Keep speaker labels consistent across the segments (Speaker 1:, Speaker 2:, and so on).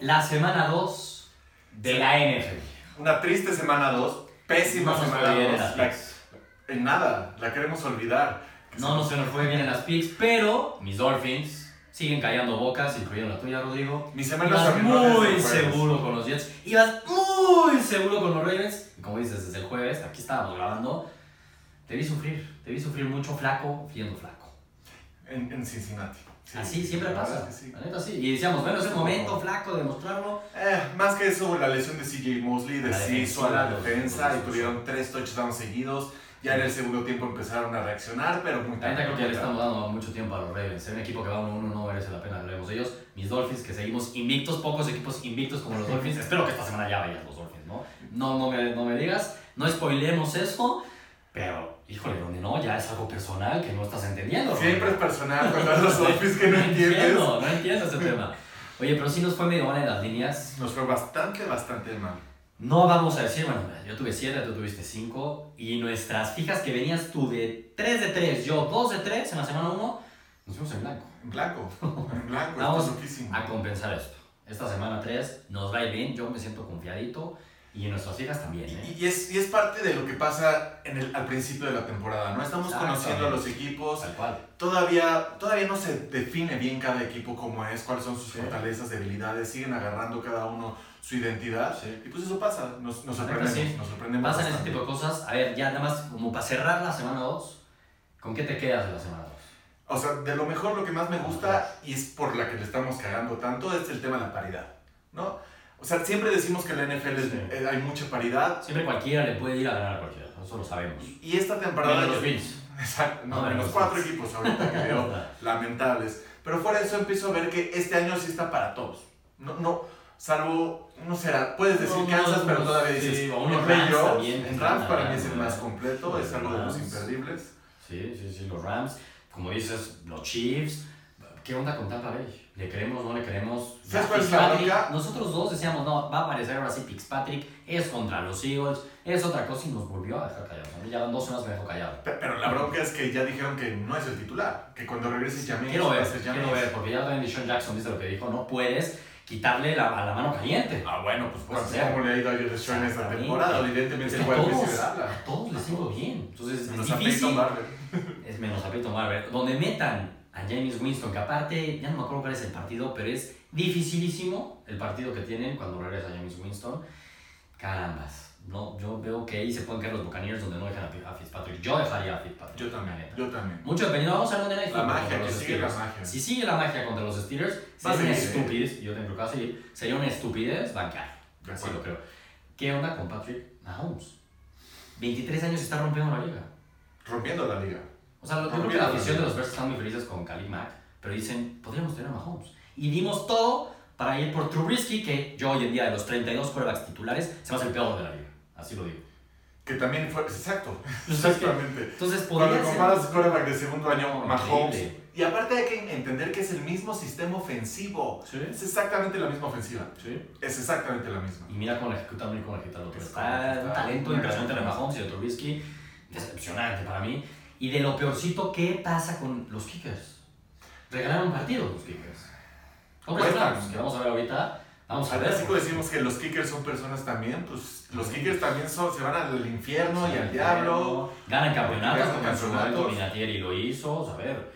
Speaker 1: la semana 2 de la NFL.
Speaker 2: Una triste semana 2, pésima
Speaker 1: No nos
Speaker 2: semana
Speaker 1: fue bien en
Speaker 2: 2.
Speaker 1: las picks.
Speaker 2: En nada, la queremos olvidar.
Speaker 1: No nos se nos fue bien en las picks, pero mis Dolphins siguen callando bocas, incluyendo la tuya, Rodrigo.
Speaker 2: Mi semana
Speaker 1: Ibas
Speaker 2: terminó desde
Speaker 1: muy
Speaker 2: el jueves.
Speaker 1: seguro con los Jets, ibas muy seguro con los Ravens. Y como dices, desde el jueves, aquí estábamos grabando, te vi sufrir, te vi sufrir mucho flaco, viendo flaco.
Speaker 2: En, en Cincinnati. Sí,
Speaker 1: Así ¿Ah, siempre
Speaker 2: la verdad
Speaker 1: pasa.
Speaker 2: es que sí.
Speaker 1: La neta sí. Y decíamos, bueno, es el momento flaco de mostrarlo.
Speaker 2: Eh, más que eso, la lesión de CJ Mosley
Speaker 1: La
Speaker 2: deshizo a la
Speaker 1: defensa, los-
Speaker 2: defensa y
Speaker 1: los-
Speaker 2: tuvieron tres touchdowns seguidos. Ya en el segundo tiempo empezaron a reaccionar, pero muy
Speaker 1: La neta creo que ya le
Speaker 2: tarde.
Speaker 1: estamos dando mucho tiempo a los Ravens. Es un equipo que va 1-1, no merece la pena hablemos de ellos. Mis Dolphins, que seguimos invictos, pocos equipos invictos como los Dolphins. Espero que esta semana ya vayas los Dolphins, ¿no? No, no, me, no me digas, no spoilemos eso. Pero, híjole, donde no, ya es algo personal que no estás entendiendo. Rodrigo.
Speaker 2: Siempre es personal cuando los Dolphins que no entiendes.
Speaker 1: entiendo, no entiendo ese tema. Oye, pero sí nos fue medio mal en las líneas.
Speaker 2: Nos fue bastante, bastante mal.
Speaker 1: No vamos a decir, bueno, yo tuve 7, tú tuviste 5, y nuestras fijas que venías tú de 3 de 3, yo 2 de 3 en la semana 1, nos fuimos en blanco.
Speaker 2: En blanco. En blanco.
Speaker 1: Vamos
Speaker 2: está loquísimo.
Speaker 1: A compensar esto. Esta semana 3 nos va a ir bien, yo me siento confiadito, y en nuestras fijas también, ¿eh?
Speaker 2: Y, y es, y es parte de lo que pasa en el, al principio de la temporada, ¿no? Estamos
Speaker 1: Exactamente.
Speaker 2: conociendo a los equipos,
Speaker 1: Tal cual.
Speaker 2: todavía, todavía no se define bien cada equipo cómo es, cuáles son sus
Speaker 1: Sí.
Speaker 2: fortalezas, debilidades, siguen agarrando cada uno su identidad.
Speaker 1: Sí.
Speaker 2: Y pues eso pasa, nos, nos
Speaker 1: La neta,
Speaker 2: sorprendemos,
Speaker 1: sí.
Speaker 2: nos sorprendemos
Speaker 1: Pasan ese
Speaker 2: bastante.
Speaker 1: tipo de cosas. A ver, ya nada más como para cerrar la semana 2, ¿con qué te quedas de la semana 2?
Speaker 2: O sea, de lo mejor, lo que más me gusta, y es por la que le estamos cagando tanto, es el tema de la paridad, ¿no? O sea, siempre decimos que en la NFL es-
Speaker 1: Sí.
Speaker 2: eh, hay mucha paridad,
Speaker 1: Siempre cualquiera le puede ir a ganar a cualquiera, eso lo sabemos.
Speaker 2: y- y esta temporada...
Speaker 1: Para los
Speaker 2: yo-
Speaker 1: Bills.
Speaker 2: Exacto, no,
Speaker 1: No,
Speaker 2: menos
Speaker 1: no,
Speaker 2: cuatro
Speaker 1: sí.
Speaker 2: equipos ahorita que veo lamentables. Pero fuera de eso empiezo a ver que este año sí está para todos. No, no, salvo, no será, puedes decir
Speaker 1: No, no,
Speaker 2: Kansas,
Speaker 1: no,
Speaker 2: pero
Speaker 1: no,
Speaker 2: todavía
Speaker 1: pues, sí,
Speaker 2: dices,
Speaker 1: o unos
Speaker 2: en
Speaker 1: Rams
Speaker 2: playoffs,
Speaker 1: también,
Speaker 2: en
Speaker 1: que
Speaker 2: Rams
Speaker 1: están
Speaker 2: para mí
Speaker 1: ganando,
Speaker 2: es el más
Speaker 1: ¿no? Pues
Speaker 2: completo,
Speaker 1: Los
Speaker 2: es algo de los
Speaker 1: Rams.
Speaker 2: imperdibles.
Speaker 1: Sí, sí, sí, los Rams, como dices, los Chiefs. ¿Qué onda con Tampa Bay? ¿Le creemos, no le creemos?
Speaker 2: ¿Sabes
Speaker 1: Ya,
Speaker 2: cuál es la
Speaker 1: Fitzpatrick,
Speaker 2: bronca?
Speaker 1: Nosotros dos decíamos, no, va a aparecer ahora sí Fitzpatrick, es contra los Eagles, es otra cosa y nos volvió a dejar callados. A mí ya van dos semanas me dejó callado.
Speaker 2: Pe- Pero la bronca es que ya dijeron que no es el titular, que cuando regrese James
Speaker 1: Quiero
Speaker 2: va a
Speaker 1: ver,
Speaker 2: ser
Speaker 1: quiero
Speaker 2: Jameis.
Speaker 1: ver, porque ya también Sean Jackson dice lo que dijo, no puedes quitarle la, a la mano caliente.
Speaker 2: Ah, bueno, pues
Speaker 1: Puede
Speaker 2: bueno,
Speaker 1: ser.
Speaker 2: ¿cómo le ha ido a Josh Sean esta
Speaker 1: Exactamente.
Speaker 2: temporada? Evidentemente
Speaker 1: Es
Speaker 2: el
Speaker 1: que
Speaker 2: juego
Speaker 1: todos-
Speaker 2: se le habla.
Speaker 1: A todos les sigo bien, entonces es
Speaker 2: Menos a
Speaker 1: difícil.
Speaker 2: Peyton Barber.
Speaker 1: Es menos a Peyton Barber. Donde metan a James Winston, que aparte, ya no me acuerdo cuál es el partido, pero es dificilísimo el partido que tienen cuando regresa James Winston. Carambas. No, yo veo que ahí se pueden caer los Buccaneers donde no dejan a Fi- a Fitzpatrick. Yo dejaría a Fitzpatrick.
Speaker 2: Yo
Speaker 1: la
Speaker 2: también,
Speaker 1: neta.
Speaker 2: yo también.
Speaker 1: Mucho dependiendo. Vamos a ver dónde
Speaker 2: La magia, que sigue la magia.
Speaker 1: Si sigue la magia contra los Steelers,
Speaker 2: Va a
Speaker 1: sería una
Speaker 2: seguir, ¿eh?
Speaker 1: estupidez. Yo tengo que va a seguir. Sería una estupidez bancar.
Speaker 2: De
Speaker 1: Así lo
Speaker 2: acuerdo.
Speaker 1: creo. ¿Qué onda con Patrick Mahomes? 23 años y está rompiendo la liga.
Speaker 2: Rompiendo la liga.
Speaker 1: O sea,
Speaker 2: Ah,
Speaker 1: yo creo que la afición de los Bears están muy felices con Khalil Mack, pero dicen, podríamos tener a Mahomes. Y dimos todo para ir por Trubisky, que yo hoy en día de los 32 quarterbacks titulares, se me hace el peor de la liga. Así lo digo.
Speaker 2: Que también fue, exacto,
Speaker 1: Pues Entonces,
Speaker 2: exactamente.
Speaker 1: podría
Speaker 2: Pues Cuando comparas
Speaker 1: ser...
Speaker 2: quarterback de segundo año,
Speaker 1: No,
Speaker 2: Mahomes.
Speaker 1: increíble.
Speaker 2: Y aparte hay que entender que es el mismo sistema ofensivo.
Speaker 1: Sí,
Speaker 2: Es exactamente la misma ofensiva.
Speaker 1: sí.
Speaker 2: Es exactamente la misma.
Speaker 1: Y mira cómo la ejecuta uno y cómo la ejecuta el otro.
Speaker 2: Es
Speaker 1: Está un
Speaker 2: correcto.
Speaker 1: talento impresionante de Mahomes y de Trubisky. Decepcionante para mí. Y de lo peorcito, ¿qué pasa con los kickers? Regalaron partidos los kickers. ¿Cómo
Speaker 2: Cuestan.
Speaker 1: Que vamos a ver ahorita. Vamos a
Speaker 2: Al
Speaker 1: ver.
Speaker 2: básico decimos que los kickers son personas también, pues los kickers también son, se van al infierno y al diablo.
Speaker 1: Ganan campeonatos
Speaker 2: Ganan
Speaker 1: como en su momento
Speaker 2: campeonatos.
Speaker 1: Minatieri lo hizo. o sea, a ver,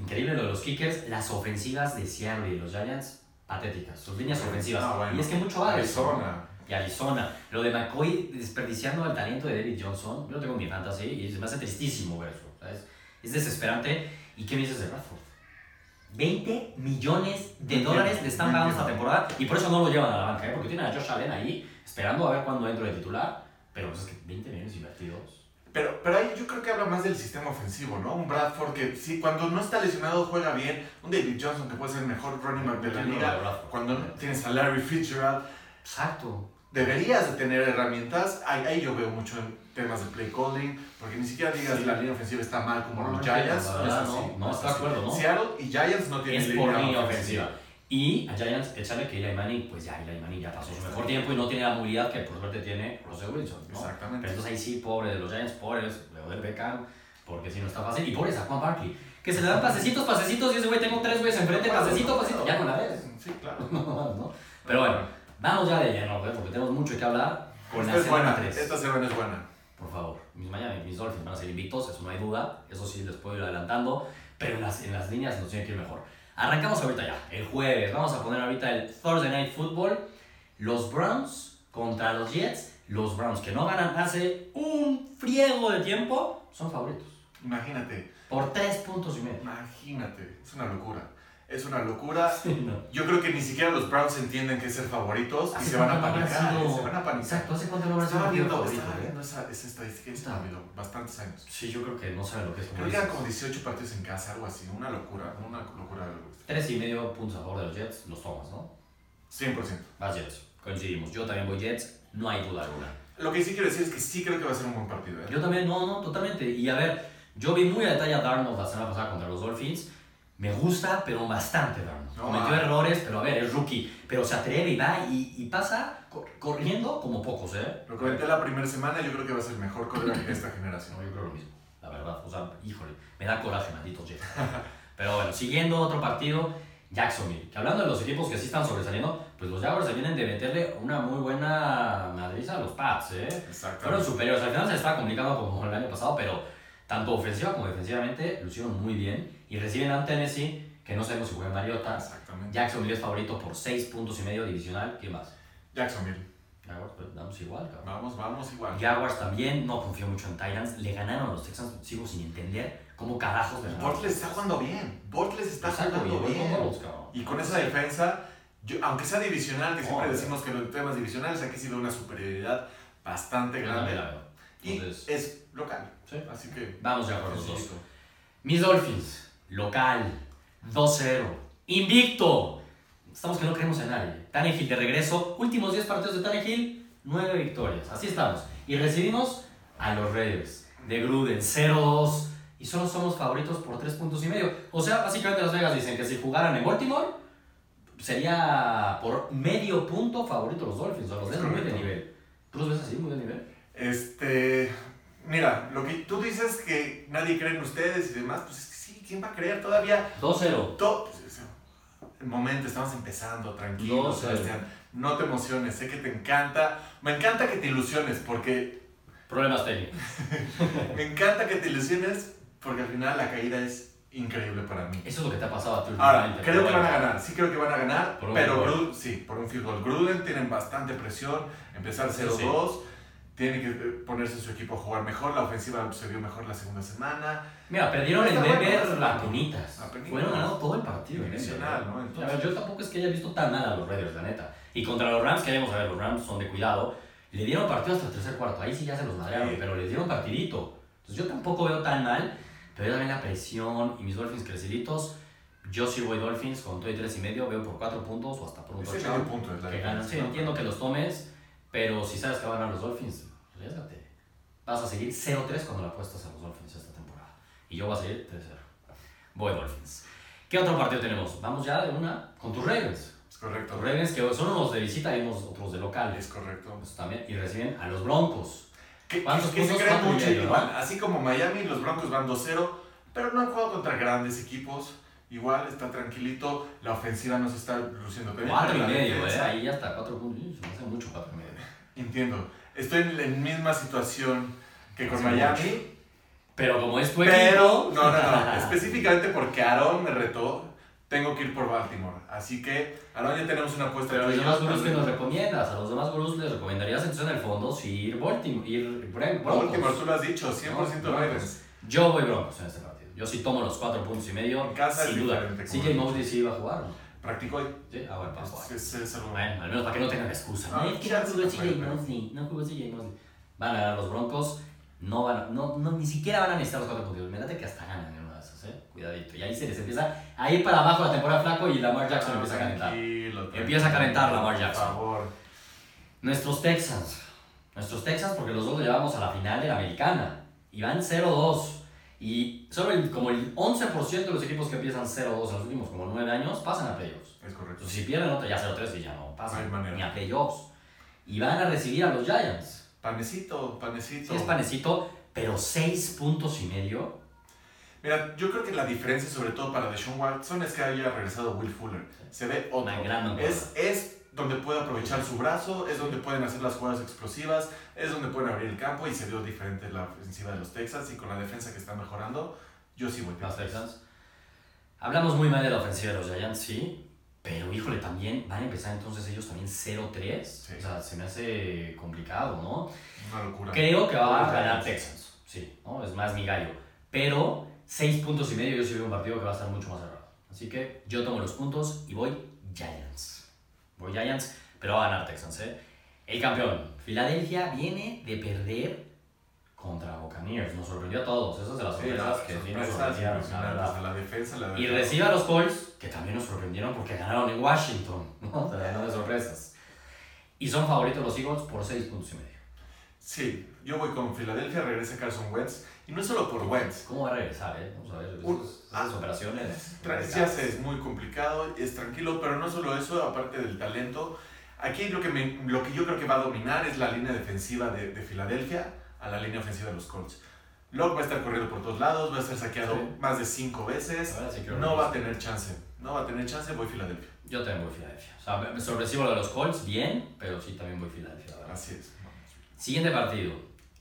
Speaker 1: increíble lo de los kickers. Las ofensivas de Seattle y los Giants, patéticas. Sus líneas ofensivas.
Speaker 2: Ah, bueno.
Speaker 1: Y es que mucho va de eso, ¿no?
Speaker 2: Arizona.
Speaker 1: Y Arizona. Lo de McCoy desperdiciando el talento de David Johnson. Yo lo tengo en mi fantasy y se me hace tristísimo ver eso. ¿sabes? Es desesperante. ¿Y qué me dices de Bradford? 20 millones de
Speaker 2: Entiendo,
Speaker 1: dólares le están pagando
Speaker 2: entiendo.
Speaker 1: esta temporada y por eso no lo llevan a la banca, ¿eh? porque tienen a Josh Allen ahí esperando a ver cuándo entro de titular. Pero pues, es que 20 millones invertidos.
Speaker 2: Pero, pero ahí yo creo que habla más del sistema ofensivo, ¿no? Un Bradford que sí, cuando no está lesionado juega bien. Un David Johnson que puede ser el mejor running back de la
Speaker 1: Entiendo lo de
Speaker 2: liga.
Speaker 1: Bradford.
Speaker 2: Cuando tienes a Larry Fitzgerald,
Speaker 1: Exacto.
Speaker 2: deberías de tener herramientas. Ahí, ahí yo veo mucho en temas de play calling, porque ni siquiera digas
Speaker 1: Sí.
Speaker 2: la línea ofensiva está mal como
Speaker 1: No,
Speaker 2: los
Speaker 1: no
Speaker 2: Giants.
Speaker 1: entiendo, la
Speaker 2: es
Speaker 1: verdad,
Speaker 2: así,
Speaker 1: no, no,
Speaker 2: es
Speaker 1: estoy de
Speaker 2: así.
Speaker 1: acuerdo, ¿no?
Speaker 2: Seattle y Giants no tienen
Speaker 1: es por línea ofensiva. Y a Giants, échale que Eli Manning, pues ya Eli Manning ya pasó su mejor tiempo y no tiene la movilidad que por suerte tiene Russell Wilson. ¿no?
Speaker 2: Exactamente.
Speaker 1: Pero entonces ahí sí, pobre de los Giants, pobre de Odell Beckham, Porque si no está fácil. Y por esa Juan Barkley. Que se le dan pasecitos, pasecitos. Y ese güey, tengo tres güeyes enfrente. pasecito, pasecito. Ya con la vez.
Speaker 2: Sí, claro.
Speaker 1: ¿no? Pero bueno, vamos ya de lleno, güey, porque tenemos mucho que hablar. Con
Speaker 2: Esta
Speaker 1: la
Speaker 2: es buena.
Speaker 1: semana 3.
Speaker 2: Esta semana es buena.
Speaker 1: Por favor, mis Miami, mis Dolphins van a ser invictos, eso no hay duda, eso sí les puedo ir adelantando, pero en las, en las líneas nos tiene que ir mejor. Arrancamos ahorita ya, el jueves, vamos a poner ahorita el Thursday Night Football, los Browns contra los Jets, los Browns que no ganan hace un friego de tiempo, son favoritos,
Speaker 2: Imagínate,
Speaker 1: por tres puntos y medio.
Speaker 2: imagínate. Es una locura. Es una locura.
Speaker 1: Sí, no.
Speaker 2: Yo creo que ni siquiera los Browns entienden que es ser favoritos y
Speaker 1: Hace
Speaker 2: se van a
Speaker 1: cuánto no habrá
Speaker 2: panicar.
Speaker 1: sido-
Speaker 2: eh, Se van a panicar.
Speaker 1: Exacto, ¿hace cuánto no habrá sido
Speaker 2: Estaba
Speaker 1: un partido
Speaker 2: viendo,
Speaker 1: favorito,
Speaker 2: estaba
Speaker 1: eh?
Speaker 2: viendo esa, esa estadística y estaba viendo bastantes años.
Speaker 1: Sí, yo creo que no sabe lo que es. como
Speaker 2: Creo que eran
Speaker 1: dices.
Speaker 2: como 18 partidos en casa, algo así. Una locura, una locura de locura.
Speaker 1: Tres y medio puntos a favor de los Jets, los tomas, ¿no?
Speaker 2: 100%.
Speaker 1: Vas Jets, coincidimos. Yo también voy Jets, no hay duda alguna.
Speaker 2: Lo que sí quiero decir es que sí creo que va a ser un buen partido. ¿eh?
Speaker 1: Yo también, no, no, totalmente. Y a ver, yo vi muy a detalle a Darnold la semana pasada contra los Dolphins. Me gusta, pero bastante Darnold.
Speaker 2: No,
Speaker 1: Cometió
Speaker 2: ah.
Speaker 1: errores, pero a ver, es rookie. Pero se atreve y va y, y pasa cor- corriendo como pocos, ¿eh?
Speaker 2: Lo comenté la primera semana, yo creo que va a ser el mejor coreback de esta
Speaker 1: No,
Speaker 2: generación.
Speaker 1: yo creo lo mismo, la verdad. O sea, híjole, me da coraje, maldito Jets. Pero bueno, siguiendo otro partido, Jacksonville. Que hablando de los equipos que sí están sobresaliendo, pues los Jaguars se vienen de meterle una muy buena madriza a los Pats, ¿eh? Fueron
Speaker 2: Exactamente.
Speaker 1: superiores. Al final se estaba complicando como el año pasado, pero tanto ofensiva como defensivamente lucieron muy bien. Y reciben a un Tennessee, que no sabemos si juega Mariota.
Speaker 2: Exactamente.
Speaker 1: Jacksonville es favorito por 6 puntos y medio divisional. ¿Qué más?
Speaker 2: Jacksonville.
Speaker 1: Jaguars, pues, damos igual, cabrón.
Speaker 2: Vamos, vamos igual.
Speaker 1: Jaguars también, no confío mucho en Titans. Le ganaron a los Texans, sigo sin entender cómo carajos le ganaron.
Speaker 2: Bortles está jugando bien. Bortles está
Speaker 1: Exacto,
Speaker 2: jugando
Speaker 1: y
Speaker 2: bien.
Speaker 1: con Bowles, cabrón.
Speaker 2: Y con esa defensa, yo- aunque sea divisional, que siempre
Speaker 1: Oh,
Speaker 2: decimos que los temas divisionales aquí sí veo una superioridad bastante
Speaker 1: Yo también
Speaker 2: grande.
Speaker 1: la veo.
Speaker 2: Y eh,
Speaker 1: Entonces,
Speaker 2: es local.
Speaker 1: sí.
Speaker 2: Así que.
Speaker 1: Vamos ya con los dos.
Speaker 2: Insisto.
Speaker 1: Mis Dolphins, local, 2-0, invicto. Estamos que no creemos en nadie. Tannehill de regreso, últimos 10 partidos de Tannehill, 9 victorias. Así estamos. Y recibimos a los Raiders de Gruden, 0-2. Y solo somos favoritos por 3 puntos y medio. O sea, básicamente Las Vegas dicen que si jugaran en Baltimore, sería por medio punto favorito los Dolphins. O los
Speaker 2: Es
Speaker 1: ves muy de
Speaker 2: correcto.
Speaker 1: nivel. ¿Tú los ves así, muy de nivel?
Speaker 2: Este. Mira, lo que tú dices que nadie cree en ustedes y demás, pues es que sí, ¿quién va a creer todavía?
Speaker 1: 2-0.
Speaker 2: Top. El momento, estamos empezando, tranquilo,
Speaker 1: No sé.
Speaker 2: Sebastián. No te emociones, sé que te encanta. Me encanta que te ilusiones, porque
Speaker 1: Problemas técnicos.
Speaker 2: me encanta que te ilusiones, porque al final la caída es increíble para mí.
Speaker 1: Eso es lo que te ha pasado a ti
Speaker 2: Ahora,
Speaker 1: últimamente,
Speaker 2: creo
Speaker 1: pero
Speaker 2: que van a
Speaker 1: bueno.
Speaker 2: ganar, sí creo que van a ganar,
Speaker 1: Por un
Speaker 2: pero
Speaker 1: field goal.
Speaker 2: Gruden, sí, por un field goal. Gruden tienen bastante presión, empezar 0-2,
Speaker 1: Sí, sí.
Speaker 2: tiene que eh, ponerse su equipo a jugar mejor, la ofensiva se vio mejor la segunda semana,
Speaker 1: Mira, perdieron en
Speaker 2: Está bueno,
Speaker 1: Denver
Speaker 2: está
Speaker 1: las
Speaker 2: bueno.
Speaker 1: punitas.
Speaker 2: Las punitas.
Speaker 1: Fueron ganando todo el partido. en
Speaker 2: divisional,
Speaker 1: Denver. A
Speaker 2: ¿no?
Speaker 1: ver,
Speaker 2: Entonces,
Speaker 1: yo tampoco es que haya visto tan mal a los Raiders, la neta. Y contra los Rams, que hayamos a ver, los Rams son de cuidado. Le dieron partido hasta el tercer cuarto. Ahí sí ya se los madrearon,
Speaker 2: Sí.
Speaker 1: pero les dieron partidito. Entonces yo tampoco veo tan mal, pero yo también la presión y mis Dolphins creciditos. Yo sí voy Dolphins con todo y tres y medio, veo por cuatro puntos o hasta por un
Speaker 2: ese
Speaker 1: touchdown
Speaker 2: medio punto es la
Speaker 1: que ganan.
Speaker 2: diferencia,
Speaker 1: Sí,
Speaker 2: ¿no?
Speaker 1: entiendo que los tomes, pero si sabes que van a ganar los Dolphins, arriesgate. Vas a seguir 0-3 cuando la apuestas a los Dolphins esta temporada. Y yo voy a seguir 3-0. Voy Dolphins. ¿Qué otro partido tenemos? Vamos ya de una con tus Ravens.
Speaker 2: Es
Speaker 1: Los
Speaker 2: correcto,
Speaker 1: Ravens que son unos de visita y unos otros de locales pues,
Speaker 2: es correcto.
Speaker 1: también. Y reciben a los Broncos.
Speaker 2: Que,
Speaker 1: ¿Cuántos
Speaker 2: que- que se
Speaker 1: puntos?
Speaker 2: creen
Speaker 1: Cuatro y
Speaker 2: mucho,
Speaker 1: medio, ¿no?
Speaker 2: igual, así como Miami, los Broncos van 2-0, pero no han jugado contra grandes equipos, igual está tranquilito, la ofensiva no se está luciendo pero
Speaker 1: 4 y
Speaker 2: la
Speaker 1: medio, ¿eh?
Speaker 2: defensa-
Speaker 1: Ahí ya está 4 puntos. Mm, Se me hace mucho 4 y medio.
Speaker 2: Entiendo. Estoy en la misma situación que con
Speaker 1: Sí, mucho.
Speaker 2: Miami,
Speaker 1: Pero como es tu
Speaker 2: pero
Speaker 1: equipo-
Speaker 2: no, no, no. Específicamente porque Aaron me retó, tengo que ir por Baltimore. Así que, Aaron, ya tenemos una apuesta.
Speaker 1: Pero a
Speaker 2: tú
Speaker 1: los
Speaker 2: y yo,
Speaker 1: demás gurús
Speaker 2: entonces,
Speaker 1: que nos recomiendas, a los demás gurús les recomendarías entonces en el fondo si ir Baltimore, ir Bron- Broncos.
Speaker 2: Baltimore, tú lo has dicho, 100%
Speaker 1: No, pues.
Speaker 2: Ravens.
Speaker 1: Yo voy Broncos en este partido. Yo sí tomo los cuatro puntos y medio.
Speaker 2: En casa
Speaker 1: sin
Speaker 2: es
Speaker 1: duda.
Speaker 2: diferente,
Speaker 1: CJ
Speaker 2: como-
Speaker 1: Mosley sí iba a jugar. ¿no?
Speaker 2: Practico hoy.
Speaker 1: Sí, ah, bueno, pasó.
Speaker 2: Es- es- es algo-
Speaker 1: Bueno, al menos para que no tengan excusa.
Speaker 2: Ah,
Speaker 1: es que no jugó
Speaker 2: sí,
Speaker 1: CJ
Speaker 2: pero-
Speaker 1: Mosley. No jugó CJ Mosley. Van a ganar los Broncos. No van a- no, no, ni siquiera van a necesitar los cuatro puntos. Mírate que hasta ganan en una de esas, ¿eh? Cuidadito. Y ahí se les empieza a ir para abajo la temporada flaco y Lamar
Speaker 2: Ah,
Speaker 1: Jackson empieza a calentar.
Speaker 2: Tranquilo, tranquilo.
Speaker 1: Empieza a calentar Lamar Jackson.
Speaker 2: Por favor.
Speaker 1: Nuestros Texans. Nuestros Texans porque los dos lo llevamos a la final de la americana. Y van 0-2. Y solo el- como el 11% de los equipos que empiezan 0-2 en los últimos como 9 años pasan a playoffs.
Speaker 2: Es correcto.
Speaker 1: Entonces, si pierden otra, ya 0-3 y ya no
Speaker 2: No hay manera.
Speaker 1: pasan ni a playoffs. Y van a recibir a los Giants.
Speaker 2: Panecito, panecito.
Speaker 1: Sí es panecito, pero seis puntos y medio.
Speaker 2: Mira, yo creo que la diferencia, sobre todo para Deshaun Watson, es que haya regresado Will Fuller. Se ve otro.
Speaker 1: Una gran temporada.
Speaker 2: Es, es donde puede aprovechar su brazo, es donde pueden hacer las jugadas explosivas, es donde pueden abrir el campo y se vio diferente la ofensiva de los Texas y con la defensa que está mejorando, yo sí voy
Speaker 1: Los
Speaker 2: Texas.
Speaker 1: Texans. Hablamos muy mal de la ofensiva de los Giants, sí. Pero híjole, también van a empezar entonces ellos también 0-3. O sea, se me hace complicado, ¿no?
Speaker 2: Una locura.
Speaker 1: Creo que va a
Speaker 2: Los
Speaker 1: ganar
Speaker 2: Giants.
Speaker 1: Texans. Sí, ¿no? Es más mi gallo. Pero seis puntos y medio yo sí veo un partido que va a estar mucho más cerrado. Así que yo tomo los puntos y voy Giants. Voy Giants, pero va a ganar Texans, ¿eh? El campeón. Filadelfia viene de perder contra Buccaneers. Nos sorprendió a todos. Esas de las
Speaker 2: Sí,
Speaker 1: sorpresas
Speaker 2: las
Speaker 1: que sí nos
Speaker 2: sorpresas
Speaker 1: sorprendieron, la
Speaker 2: impresionantes.
Speaker 1: verdad.
Speaker 2: a La defensa, la
Speaker 1: Y
Speaker 2: verdad.
Speaker 1: recibe a los Colts, que también nos sorprendieron porque ganaron en Washington. ¿no? O sea, no de sorpresas. Y son favoritos los Eagles por seis puntos y medio.
Speaker 2: Sí, yo voy con Filadelfia, regresa Carson Wentz. Y no es solo por Wentz.
Speaker 1: ¿Cómo va a regresar, eh? Vamos a ver.
Speaker 2: Un-
Speaker 1: esas- esas operaciones.
Speaker 2: Tra- Se hace, es muy complicado, es tranquilo, pero no solo eso, aparte del talento. Aquí lo que, me- lo que yo creo que va a dominar es la línea defensiva de, de Filadelfia a la línea ofensiva de los Colts. Locke va a estar corriendo por todos lados, va a ser saqueado
Speaker 1: Sí.
Speaker 2: más de cinco veces.
Speaker 1: Ahora sí quiero
Speaker 2: No
Speaker 1: ver
Speaker 2: va a
Speaker 1: esto.
Speaker 2: tener chance, no va a tener chance, voy Filadelfia.
Speaker 1: Yo también voy Filadelfia. O sea, me- me sorpresivo lo de los Colts, bien, pero sí también voy Filadelfia. la verdad.
Speaker 2: Así es.
Speaker 1: Siguiente partido.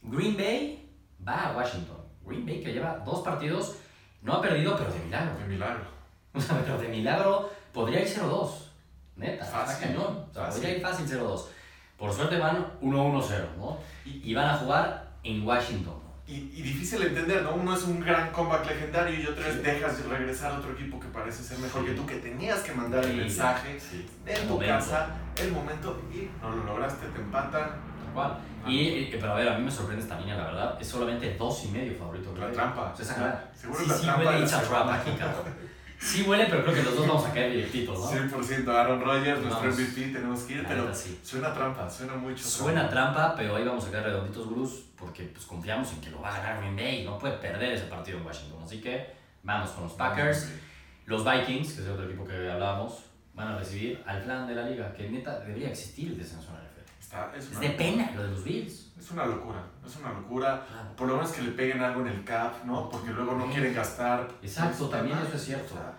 Speaker 1: Green Bay va a Washington. Green Bay que lleva dos partidos, no ha perdido, pero de milagro.
Speaker 2: Qué milagro.
Speaker 1: O sea, pero de milagro podría ir 0-2. Neta,
Speaker 2: Fácil.
Speaker 1: está cañón. O sea,
Speaker 2: Fácil.
Speaker 1: podría ir fácil 0-2. Por suerte van 1-1-0, ¿no?
Speaker 2: Y,
Speaker 1: Y van a jugar en Washington.
Speaker 2: y- y difícil de entender, ¿no? Uno es un gran comeback legendario y otro es
Speaker 1: Sí.
Speaker 2: dejas regresar a otro equipo que parece ser mejor
Speaker 1: Sí.
Speaker 2: que tú, que tenías que mandar el mensaje.
Speaker 1: Sí.
Speaker 2: en tu
Speaker 1: Momento.
Speaker 2: casa, el momento y no lo lograste, te empatan.
Speaker 1: Tal cual.
Speaker 2: Ah.
Speaker 1: Y, eh, pero a ver, a mí me sorprende esta línea, la verdad. Es solamente dos y medio favorito.
Speaker 2: La
Speaker 1: Green Bay.
Speaker 2: trampa.
Speaker 1: O sea, esa cara.
Speaker 2: Seguro
Speaker 1: sí,
Speaker 2: la
Speaker 1: sí
Speaker 2: trampa de
Speaker 1: huele
Speaker 2: la
Speaker 1: hecha
Speaker 2: semana.
Speaker 1: trampa aquí, cabrón. Sí huele, pero creo que los dos vamos a caer directitos, ¿no?
Speaker 2: 100% Aaron Rodgers, nuestro
Speaker 1: Vamos.
Speaker 2: MVP, tenemos que ir,
Speaker 1: La
Speaker 2: pero
Speaker 1: neta, sí.
Speaker 2: suena trampa, suena mucho.
Speaker 1: Pues Suena trampa, pero ahí vamos a quedar redonditos, gurús, porque pues confiamos en que lo va a ganar Green Bay. No puede perder ese partido en Washington. Así que vamos con los Packers. Los Vikings, que es el otro equipo que hablábamos, van a recibir al plan de la liga, que neta debería existir el descenso en la NFL.
Speaker 2: Está- es,
Speaker 1: Es
Speaker 2: una,
Speaker 1: de pena lo de los Bills.
Speaker 2: es una locura, es una locura. Por lo menos que le peguen algo en el cap, ¿no? Porque luego no quieren gastar.
Speaker 1: Exacto, también
Speaker 2: Ajá.
Speaker 1: eso es cierto.
Speaker 2: O sea,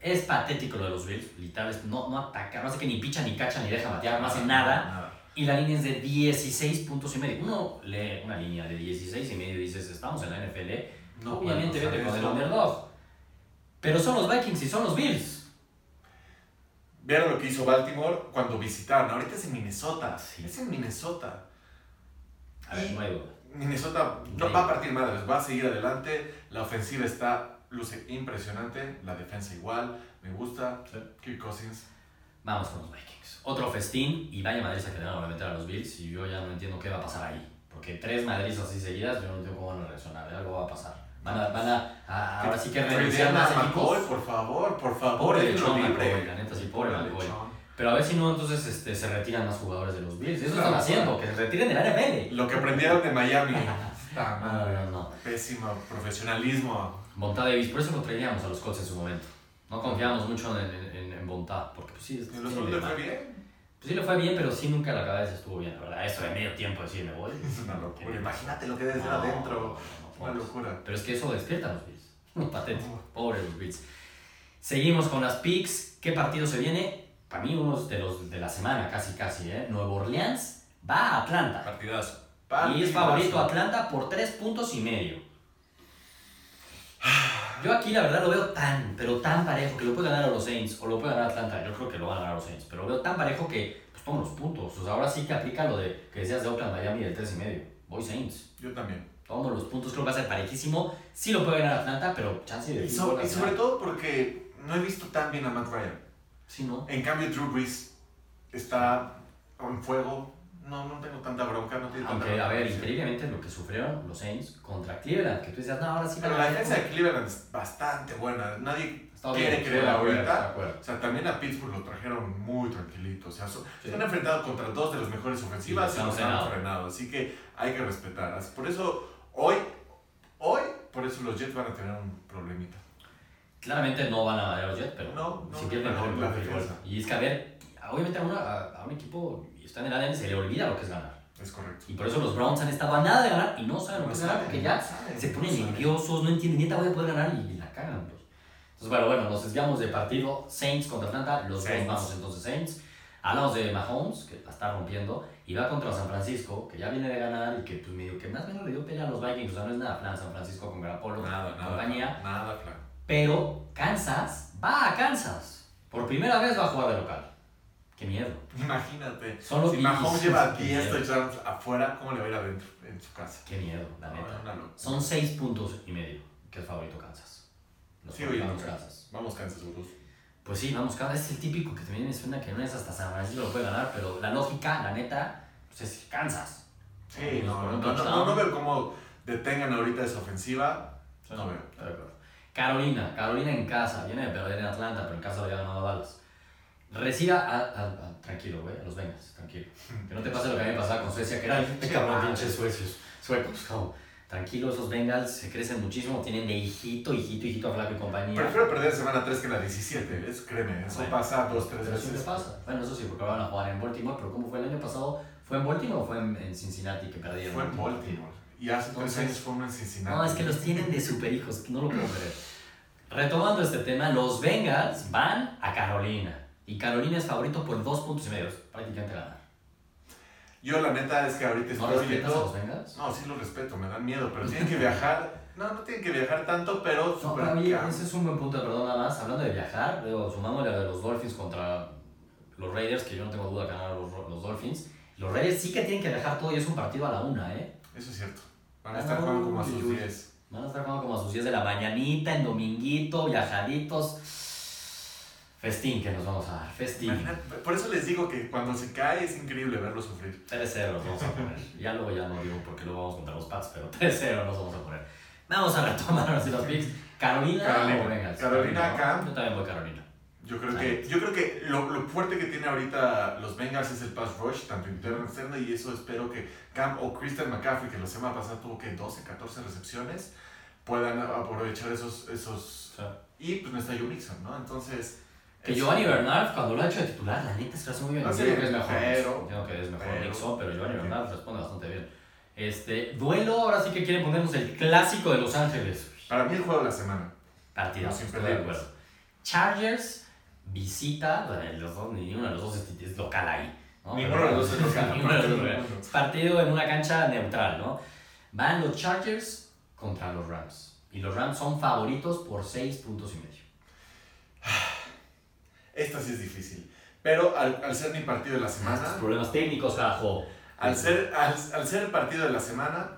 Speaker 1: Es patético lo de los Bills, literal, es- no, no ataca, no hace que ni picha, ni cacha, ni deja batear, no hace nada. Y la línea es de 16 puntos y medio. Uno lee una línea de 16 y medio y dices, estamos en la NFL,
Speaker 2: No,
Speaker 1: obviamente
Speaker 2: bueno,
Speaker 1: vete
Speaker 2: o
Speaker 1: con
Speaker 2: sea,
Speaker 1: el
Speaker 2: eso-
Speaker 1: underdog. Pero son los Vikings y son los Bills.
Speaker 2: Vieron lo que hizo Baltimore cuando visitaron. Ahorita es en Minnesota.
Speaker 1: Sí.
Speaker 2: Es en Minnesota.
Speaker 1: A ver,
Speaker 2: Y-
Speaker 1: no hay duda.
Speaker 2: Minnesota no va a partir madres, va a seguir adelante. La ofensiva está luce impresionante, la defensa igual. Me gusta.
Speaker 1: Sí.
Speaker 2: Kirk Cousins.
Speaker 1: Vamos con los Vikings. Otro festín y vaya madriza que le van a meter a los Bills y yo ya no entiendo qué va a pasar ahí. Porque tres madrizas así seguidas, yo no entiendo cómo van a reaccionar, algo va a pasar. Van a, van a, a- ahora sí que renunciar
Speaker 2: Tradean
Speaker 1: más
Speaker 2: a
Speaker 1: equipos.
Speaker 2: McCoy, por favor, por favor.
Speaker 1: Pobre
Speaker 2: déjenlo
Speaker 1: lechón,
Speaker 2: libre.
Speaker 1: McCoy, la neta, sí, pobre McCoy.
Speaker 2: lechón.
Speaker 1: Pero a ver si no, entonces este, se retiran más jugadores de los Bills. Eso
Speaker 2: Claro,
Speaker 1: están haciendo,
Speaker 2: claro.
Speaker 1: que se retiren de la NFL.
Speaker 2: Lo que aprendieron de Miami. Puta madre.
Speaker 1: Ah, No, no, no.
Speaker 2: Pésimo profesionalismo.
Speaker 1: Bonta Davis, por eso lo traíamos a los Colts en su momento. No confiábamos mucho en, en, en- en Bonta, porque pues sí, es-
Speaker 2: En los
Speaker 1: tiene
Speaker 2: Colts le fue
Speaker 1: mal.
Speaker 2: bien.
Speaker 1: Pues sí le fue bien, pero sí nunca la cabeza estuvo bien, la verdad. Eso de medio tiempo decir me voy.
Speaker 2: Es una locura. Imagínate lo que
Speaker 1: No,
Speaker 2: desde
Speaker 1: no,
Speaker 2: adentro.
Speaker 1: no,
Speaker 2: Una
Speaker 1: no.
Speaker 2: locura.
Speaker 1: Pero es que eso despierta a los Bills. Patético. Pobre los Bills. Seguimos con las picks. ¿Qué partido se viene? Para mí uno de los de la semana, casi casi, ¿eh? Nuevo Orleans va a Atlanta.
Speaker 2: Partidazo.
Speaker 1: Y es
Speaker 2: Partidazo.
Speaker 1: favorito Atlanta por tres puntos y medio. Yo aquí la verdad lo veo tan, pero tan parejo que lo puede ganar a los Saints o lo puede ganar Atlanta. Yo creo que lo van a ganar a los Saints, pero lo veo tan parejo que pues pongo los puntos. O sea, ahora sí que aplica lo de que decías de Oakland Miami del tres y medio. Voy Saints.
Speaker 2: Yo también.
Speaker 1: Tomo los puntos, creo que va a ser parejísimo. Sí lo puede ganar Atlanta, pero chance de
Speaker 2: Y, so-
Speaker 1: gol
Speaker 2: y
Speaker 1: al
Speaker 2: sobre
Speaker 1: final.
Speaker 2: todo porque no he visto tan bien a Matt Ryan.
Speaker 1: Sí, no.
Speaker 2: En cambio, Drew Brees está en fuego. No, no tengo tanta bronca, no tiene tanta
Speaker 1: Aunque, a
Speaker 2: bronca.
Speaker 1: ver,
Speaker 2: Sí.
Speaker 1: increíblemente lo que sufrieron los Saints contra Cleveland, que tú decías, no, ahora sí van a
Speaker 2: Pero la
Speaker 1: ganar".
Speaker 2: defensa de Cleveland es bastante buena. Nadie
Speaker 1: Está bien,
Speaker 2: quiere
Speaker 1: estoy
Speaker 2: creer
Speaker 1: de acuerdo,
Speaker 2: ahorita.
Speaker 1: de acuerdo.
Speaker 2: O sea, también a Pittsburgh lo trajeron muy tranquilito. O sea, so-
Speaker 1: Sí.
Speaker 2: se han enfrentado contra dos de las mejores ofensivas
Speaker 1: Sí,
Speaker 2: y
Speaker 1: los
Speaker 2: los
Speaker 1: han
Speaker 2: han
Speaker 1: frenado.
Speaker 2: frenado. Así que hay que respetar. Así- Por eso, hoy, hoy, por eso los Jets van a tener un problemita.
Speaker 1: Claramente no van a ganar los Jets, pero
Speaker 2: No, no,
Speaker 1: si pierden
Speaker 2: no,
Speaker 1: no,
Speaker 2: la defensa.
Speaker 1: Y es que, a ver, obviamente a, una- a- a un equipo, y está en el ADN, se le olvida lo que es ganar.
Speaker 2: Es correcto.
Speaker 1: Y por eso los Browns han estado a nada de ganar y no saben lo que es ganar, porque ya se ponen nerviosos, no entienden, neta voy a poder ganar y la cagan. pues. Entonces, bueno, bueno, nos desviamos de partido. Saints contra Atlanta, los
Speaker 2: Saints.
Speaker 1: dos vamos entonces Saints. Hablamos de Mahomes, que la está rompiendo, y va contra San Francisco, que ya viene de ganar y que pues medio que más o menos le dio pelea a los Vikings, o sea, no es nada plan San Francisco con Garapolo,
Speaker 2: Nada, nada.
Speaker 1: compañía.
Speaker 2: Nada, flaco.
Speaker 1: Pero Kansas va a Kansas. Por primera vez va a jugar de local. Qué miedo.
Speaker 2: Imagínate.
Speaker 1: Son los
Speaker 2: Si Mahomes lleva 10 touchdowns afuera, ¿cómo le va a ir adentro en su casa?
Speaker 1: Qué miedo, la
Speaker 2: No,
Speaker 1: neta.
Speaker 2: es una locura.
Speaker 1: Son seis puntos y medio, que es favorito Kansas. Los
Speaker 2: Sí, oye,
Speaker 1: favoritos
Speaker 2: no,
Speaker 1: Kansas.
Speaker 2: Vamos, Kansas, los dos.
Speaker 1: Pues sí, vamos, Kansas es el típico que también me suena que no es hasta San Francisco lo puede ganar, pero la lógica, la neta, pues es Kansas.
Speaker 2: Sí,
Speaker 1: Vamos
Speaker 2: no,
Speaker 1: con
Speaker 2: no,
Speaker 1: un
Speaker 2: no,
Speaker 1: touchdown.
Speaker 2: no, no veo cómo detengan ahorita esa ofensiva. No veo.
Speaker 1: Estoy de acuerdo. Carolina, Carolina en casa, viene de perder en Atlanta, pero en casa lo había ganado a Dallas. Reciba a, a- a- tranquilo, güey, a los Bengals, tranquilo. Que no te pase lo que a mí me pasaba con Suecia, que era el
Speaker 2: Che,
Speaker 1: cabrón,
Speaker 2: madre.
Speaker 1: pinches suecios, suecos, cabrón. pues, Tranquilo, esos Bengals se crecen muchísimo, tienen de hijito, hijito, hijito a Flaco y compañía.
Speaker 2: Prefiero perder semana 3 que la 17. Es, créeme, eso
Speaker 1: Bueno.
Speaker 2: pasa 2, 3
Speaker 1: Pero eso
Speaker 2: veces.
Speaker 1: siempre pasa. Bueno, eso sí, porque ahora van a jugar en Baltimore, pero ¿cómo fue el año pasado? ¿Fue en Baltimore o fue en, en Cincinnati que perdieron?
Speaker 2: Fue en Baltimore. Y hace 3
Speaker 1: Entonces-
Speaker 2: años fue uno en Cincinnati.
Speaker 1: No, es que los tienen de superhijos, no lo puedo creer. Retomando este tema, los Bengals van a Carolina. Y Carolina es favorito por dos puntos y medio. Prácticamente ganar.
Speaker 2: Yo la neta es que ahorita
Speaker 1: ¿No
Speaker 2: estoy
Speaker 1: respetas a los
Speaker 2: viendo...
Speaker 1: Bengals?
Speaker 2: No, sí los respeto, me dan miedo, pero tienen que viajar. No, no tienen que viajar tanto, pero
Speaker 1: No,
Speaker 2: super
Speaker 1: para mí ese es un buen punto, perdón, nada más. Hablando de viajar, luego sumándole a lo de los Dolphins contra los Raiders, que yo no tengo duda que ganar los, los Dolphins. Los Raiders sí que tienen que viajar todo y es un partido a la una, ¿eh?
Speaker 2: Eso es cierto. Van a
Speaker 1: Ah,
Speaker 2: estar jugando como a
Speaker 1: uy,
Speaker 2: sus
Speaker 1: uy.
Speaker 2: 10.
Speaker 1: Van a estar jugando como a sus 10 de la mañanita, en dominguito, viajaditos. Festín que nos vamos a dar, festín.
Speaker 2: Imagínate, Por eso les digo que cuando se cae es increíble verlo sufrir.
Speaker 1: 3-0 nos vamos a poner. Ya luego ya no digo porque luego vamos contra los Pats, pero 3-0 nos vamos a poner. Vamos a retomar ahora sí los picks. Carolina,
Speaker 2: Carolina.
Speaker 1: o Bengals.
Speaker 2: Carolina acá.
Speaker 1: Yo también voy Carolina.
Speaker 2: Yo creo que, yo creo que lo, lo fuerte que tiene ahorita los Bengals es el pass rush, tanto interno como externo, y eso espero que Cam o Christian McCaffrey, que la semana pasada tuvo que 12, 14 recepciones, puedan aprovechar esos... esos y pues no está Joe Mixon, ¿no? Entonces...
Speaker 1: Que
Speaker 2: es-
Speaker 1: Giovanni Bernard, cuando lo ha hecho de titular, la neta se lo hace muy bien.
Speaker 2: Lo hace
Speaker 1: Entiendo
Speaker 2: bien,
Speaker 1: que es mejor.
Speaker 2: pero-
Speaker 1: Entiendo que es mejor
Speaker 2: pero-
Speaker 1: Nixon, pero Giovanni
Speaker 2: Ok.
Speaker 1: Bernard responde bastante bien. Este, duelo, ahora sí que quieren ponernos el clásico de Los Ángeles.
Speaker 2: Para mí el juego de la semana.
Speaker 1: Partida,
Speaker 2: Los
Speaker 1: estoy de
Speaker 2: impedidos.
Speaker 1: acuerdo. Chargers visita, bueno, los dos, ninguno de los dos es, es local ahí. ¿no?
Speaker 2: Ninguno de los dos es local.
Speaker 1: Ninguno de los dos es local.
Speaker 2: Ninguno.
Speaker 1: Es partido en una cancha neutral, ¿no? Van los Chargers contra los Rams. Y los Rams son favoritos por 6 puntos y medio.
Speaker 2: Esta sí es difícil. Pero al, al ser mi partido de la semana...
Speaker 1: Problemas técnicos, carajo.
Speaker 2: Ah. Al ser, al, al ser partido de la semana,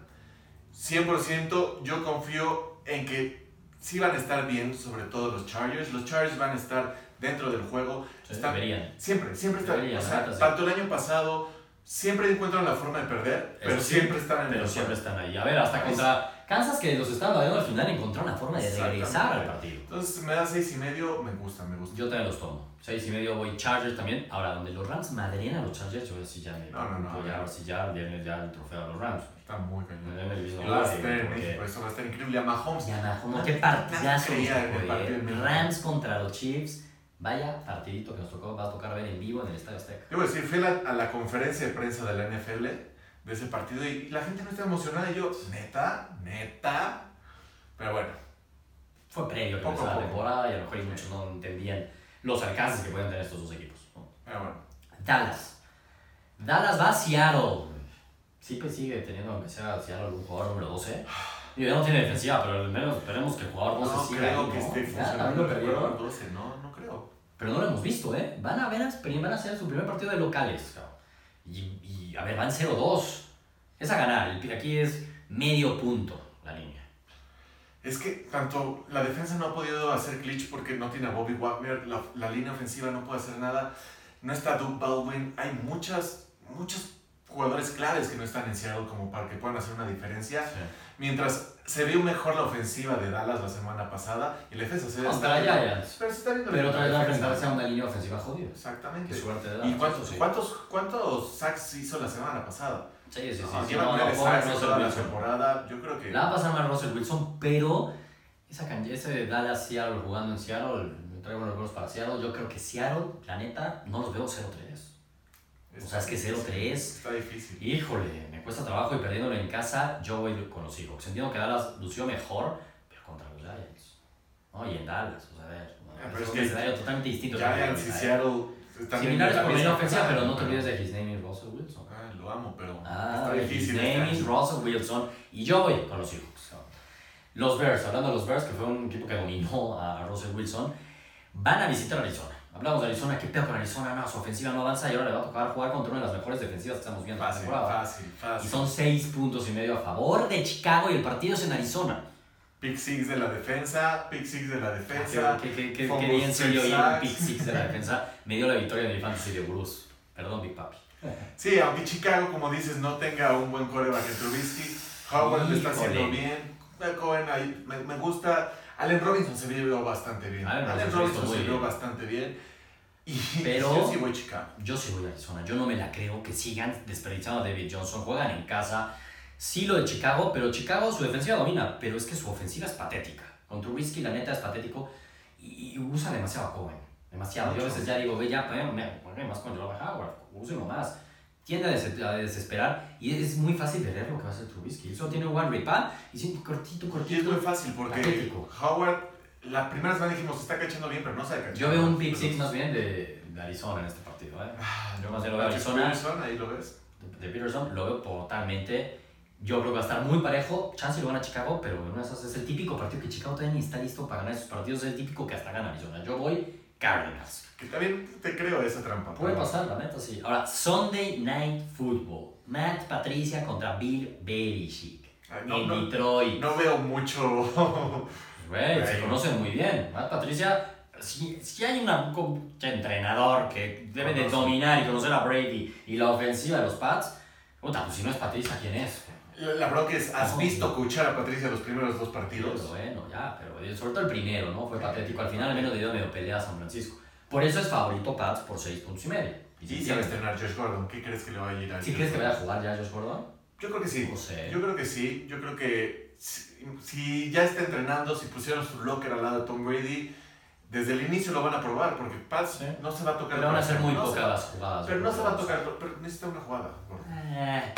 Speaker 2: 100% yo confío en que sí van a estar bien, sobre todo los Chargers. Los Chargers van a estar dentro del juego.
Speaker 1: Sí,
Speaker 2: Están-
Speaker 1: deberían.
Speaker 2: Siempre, siempre están.
Speaker 1: Deberían,
Speaker 2: o
Speaker 1: la
Speaker 2: sea,
Speaker 1: neta, sí.
Speaker 2: tanto el año pasado, siempre encuentran la forma de perder, pero
Speaker 1: Eso sí,
Speaker 2: siempre están en
Speaker 1: Pero
Speaker 2: el
Speaker 1: siempre
Speaker 2: juego.
Speaker 1: están ahí. A ver, hasta
Speaker 2: Pues
Speaker 1: contra Kansas, que los estaban viendo al final, encontró una forma de regresar al
Speaker 2: Exactamente.
Speaker 1: partido.
Speaker 2: Entonces me da seis y medio, me gusta, me gusta.
Speaker 1: Yo también los tomo. 6 y medio voy Chargers también. Ahora, donde los Rams madrían a los Chargers, yo ahora sí ya me.
Speaker 2: No, no, no.
Speaker 1: yo ya, ahora sí ya, el viernes ya el trofeo a los Rams.
Speaker 2: Está muy
Speaker 1: Me
Speaker 2: cañón.
Speaker 1: da el mismo
Speaker 2: Y va a estar
Speaker 1: horario,
Speaker 2: en
Speaker 1: porque-
Speaker 2: México, eso va a estar increíble. A Mahomes.
Speaker 1: Y abajo, no, qué partidazo.
Speaker 2: Nadie
Speaker 1: nos
Speaker 2: creía en el
Speaker 1: tocó,
Speaker 2: partido
Speaker 1: eh.
Speaker 2: en vivo.
Speaker 1: Rams contra los Chiefs. Vaya partidito que nos tocó, va a tocar ver en vivo en el Estadio Azteca.
Speaker 2: Yo voy a decir, fui a la, a la conferencia de prensa de la NFL de ese partido y la gente no está emocionada. Y yo, neta, neta. Pero bueno,
Speaker 1: Fue previo que
Speaker 2: Poco a
Speaker 1: empezara la
Speaker 2: poco.
Speaker 1: temporada y a lo mejor y muchos no entendían los alcances que pueden tener estos dos equipos. ¿no?
Speaker 2: pero bueno.
Speaker 1: Dallas. Dallas va a Seattle. Sí, pues sigue teniendo, aunque sea Seattle, un jugador número 12. Y ya no tiene defensiva, pero al menos esperemos que el jugador 12
Speaker 2: No
Speaker 1: siga
Speaker 2: creo
Speaker 1: ahí,
Speaker 2: que
Speaker 1: ¿no?
Speaker 2: esté
Speaker 1: Ya, también
Speaker 2: funcionando
Speaker 1: lo
Speaker 2: el
Speaker 1: perdieron.
Speaker 2: jugador 12, no, no creo.
Speaker 1: Pero no lo hemos visto, ¿eh? Van a, ver, van a hacer su primer partido de locales. cabrón. Y, y, a ver, van 0-2. Es a ganar. El- Aquí es medio punto la línea.
Speaker 2: Es que tanto la defensa no ha podido hacer glitch porque no tiene a Bobby Wagner, la, la línea ofensiva no puede hacer nada, no está Doug Baldwin, hay muchas, muchos jugadores claves que no están en Seattle como para que puedan hacer una diferencia. Mientras se vio mejor la ofensiva de Dallas la semana pasada y la defensa se
Speaker 1: Contra
Speaker 2: está-
Speaker 1: Giants.
Speaker 2: Pero se está viendo
Speaker 1: Pero
Speaker 2: la
Speaker 1: otra vez va a
Speaker 2: defensa.
Speaker 1: enfrentarse a una línea ofensiva jodida. Qué
Speaker 2: Exactamente.
Speaker 1: suerte de
Speaker 2: ¿Y
Speaker 1: Dallas,
Speaker 2: cuántos,
Speaker 1: sí.
Speaker 2: cuántos, cuántos sacks hizo la semana pasada?
Speaker 1: Sí, sí, sí.
Speaker 2: No,
Speaker 1: sí,
Speaker 2: lleva
Speaker 1: no, no,
Speaker 2: nueve
Speaker 1: pobre
Speaker 2: sacks
Speaker 1: Russell
Speaker 2: toda la
Speaker 1: Wilson.
Speaker 2: temporada. Yo creo que.
Speaker 1: La va a pasar mal Russell Wilson, pero esa can- ese Dallas Seattle jugando en Seattle, me traigo los goles para Seattle. Yo creo que Seattle, la neta, no los veo 0-3. O sea, es que 0-3.
Speaker 2: Está difícil.
Speaker 1: Híjole, me cuesta trabajo y perdiéndolo en casa, yo voy con los Seahawks. Entiendo que Dallas lució mejor, pero contra los Giants. No, y en Dallas, o sea, a ver. no,
Speaker 2: Ah, pero
Speaker 1: es
Speaker 2: es
Speaker 1: un
Speaker 2: que
Speaker 1: escenario totalmente distinto.
Speaker 2: Giants y Seattle están en
Speaker 1: Similares
Speaker 2: la
Speaker 1: por
Speaker 2: misma
Speaker 1: línea ofensiva,
Speaker 2: jornada,
Speaker 1: pero no te olvides de His Name is Russell Wilson.
Speaker 2: Ah, lo amo, pero
Speaker 1: Ah,
Speaker 2: está
Speaker 1: His
Speaker 2: difícil. este
Speaker 1: Name is
Speaker 2: año.
Speaker 1: Russell Wilson. Y yo voy con los Seahawks. Los Bears, hablando de los Bears, que fue un equipo que dominó a Russell Wilson, van a visitar Arizona. Hablamos de Arizona, qué pedo con Arizona, no, su ofensiva no avanza y ahora le va a tocar jugar contra una de las mejores defensivas que estamos viendo en la
Speaker 2: Fácil,
Speaker 1: temporada.
Speaker 2: fácil,
Speaker 1: Y
Speaker 2: fácil.
Speaker 1: son seis puntos y medio a favor de Chicago y el partido es en Arizona.
Speaker 2: Pick six de la defensa, pick six de la defensa.
Speaker 1: Ah, Qué, qué- qué-
Speaker 2: fumbles,
Speaker 1: qué bien se dio
Speaker 2: tres
Speaker 1: ir un
Speaker 2: sacks.
Speaker 1: pick six de la defensa. Me dio la victoria de mi fantasy de Bruce. Perdón, Big Papi.
Speaker 2: Sí, aunque Chicago, como dices, no tenga un buen coreback en Trubisky, Howard lo está
Speaker 1: Híjole.
Speaker 2: haciendo bien. Eh, Cohen ahí, me, me gusta. Allen Robinson se vio bastante bien.
Speaker 1: Allen
Speaker 2: Allen,
Speaker 1: Robinson
Speaker 2: Robinson
Speaker 1: muy
Speaker 2: se vio
Speaker 1: bien.
Speaker 2: bastante bien. Y
Speaker 1: Pero-
Speaker 2: yo sí voy Chicago.
Speaker 1: Yo sí voy a Arizona. Yo no me la creo que sigan desperdiciando a David Johnson. Juegan en casa. Sí lo de Chicago, pero Chicago su defensiva domina. Pero es que su ofensiva es patética. Con Trubisky la neta es patético. Y, y usa demasiado a Cohen. Demasiado. Yo a veces ya digo, ve ya, ponme, ponme más con Robert Howard. Úsenlo más. Tiende a, des- a desesperar y es muy fácil de ver lo que va a hacer Trubisky. Solo tiene one rip up y siempre cortito,
Speaker 2: Y es
Speaker 1: cortito.
Speaker 2: muy fácil porque
Speaker 1: Patético.
Speaker 2: Howard, la primera semana dijimos, está cachando bien, pero no sabe cachar.
Speaker 1: Yo veo un pick six más bien de, de Arizona en este partido. ¿eh? Yo más bien lo veo a Arizona.
Speaker 2: Arizona, Ah, ahí lo ves.
Speaker 1: de Peterson lo veo totalmente. Yo creo que va a estar muy parejo. Chance lo van a Chicago, pero en una de esas es el típico partido que Chicago todavía ni está listo para ganar esos partidos. Es el típico que hasta gana Arizona. Yo voy Cardinals.
Speaker 2: Que también te creo esa trampa.
Speaker 1: Puede pasar, la neta sí. Ahora, Sunday Night Football. Matt Patricia contra Bill Belichick.
Speaker 2: Ay, no,
Speaker 1: en
Speaker 2: no.
Speaker 1: Detroit.
Speaker 2: No veo mucho.
Speaker 1: Güey, se
Speaker 2: Güey.
Speaker 1: conocen muy bien. Matt Patricia, si, si hay una- un entrenador que debe de
Speaker 2: Conoce.
Speaker 1: dominar y conocer a Brady y la ofensiva de los Pats, puta, pues si no es Patricia, ¿quién es?
Speaker 2: la, la bronca es, ¿has
Speaker 1: No.
Speaker 2: visto coachar a Patricia los primeros dos partidos?
Speaker 1: Pero bueno, ya, pero eh, sobre todo el primero, ¿no? Fue patético. Al final al menos le dio medio pelea a San Francisco. Por eso es favorito Pats por 6 puntos y medio.
Speaker 2: Y
Speaker 1: si
Speaker 2: sí, se va a estrenar Josh Gordon. ¿Qué crees que le va a ir a
Speaker 1: ¿Sí
Speaker 2: Josh
Speaker 1: crees que vaya
Speaker 2: Gordon?
Speaker 1: a jugar ya Josh Gordon?
Speaker 2: Yo creo que sí.
Speaker 1: No sé.
Speaker 2: Yo creo que sí. Yo creo que si, si ya está entrenando, si pusieron su locker al lado de Tom Brady, desde el inicio lo van a probar porque Pats
Speaker 1: Sí.
Speaker 2: no se va a tocar.
Speaker 1: Pero van a ser muy
Speaker 2: no se-
Speaker 1: pocas las jugadas.
Speaker 2: Pero
Speaker 1: yo
Speaker 2: no
Speaker 1: creo.
Speaker 2: se va a tocar, pero necesita una jugada. Gordon.
Speaker 1: Eh,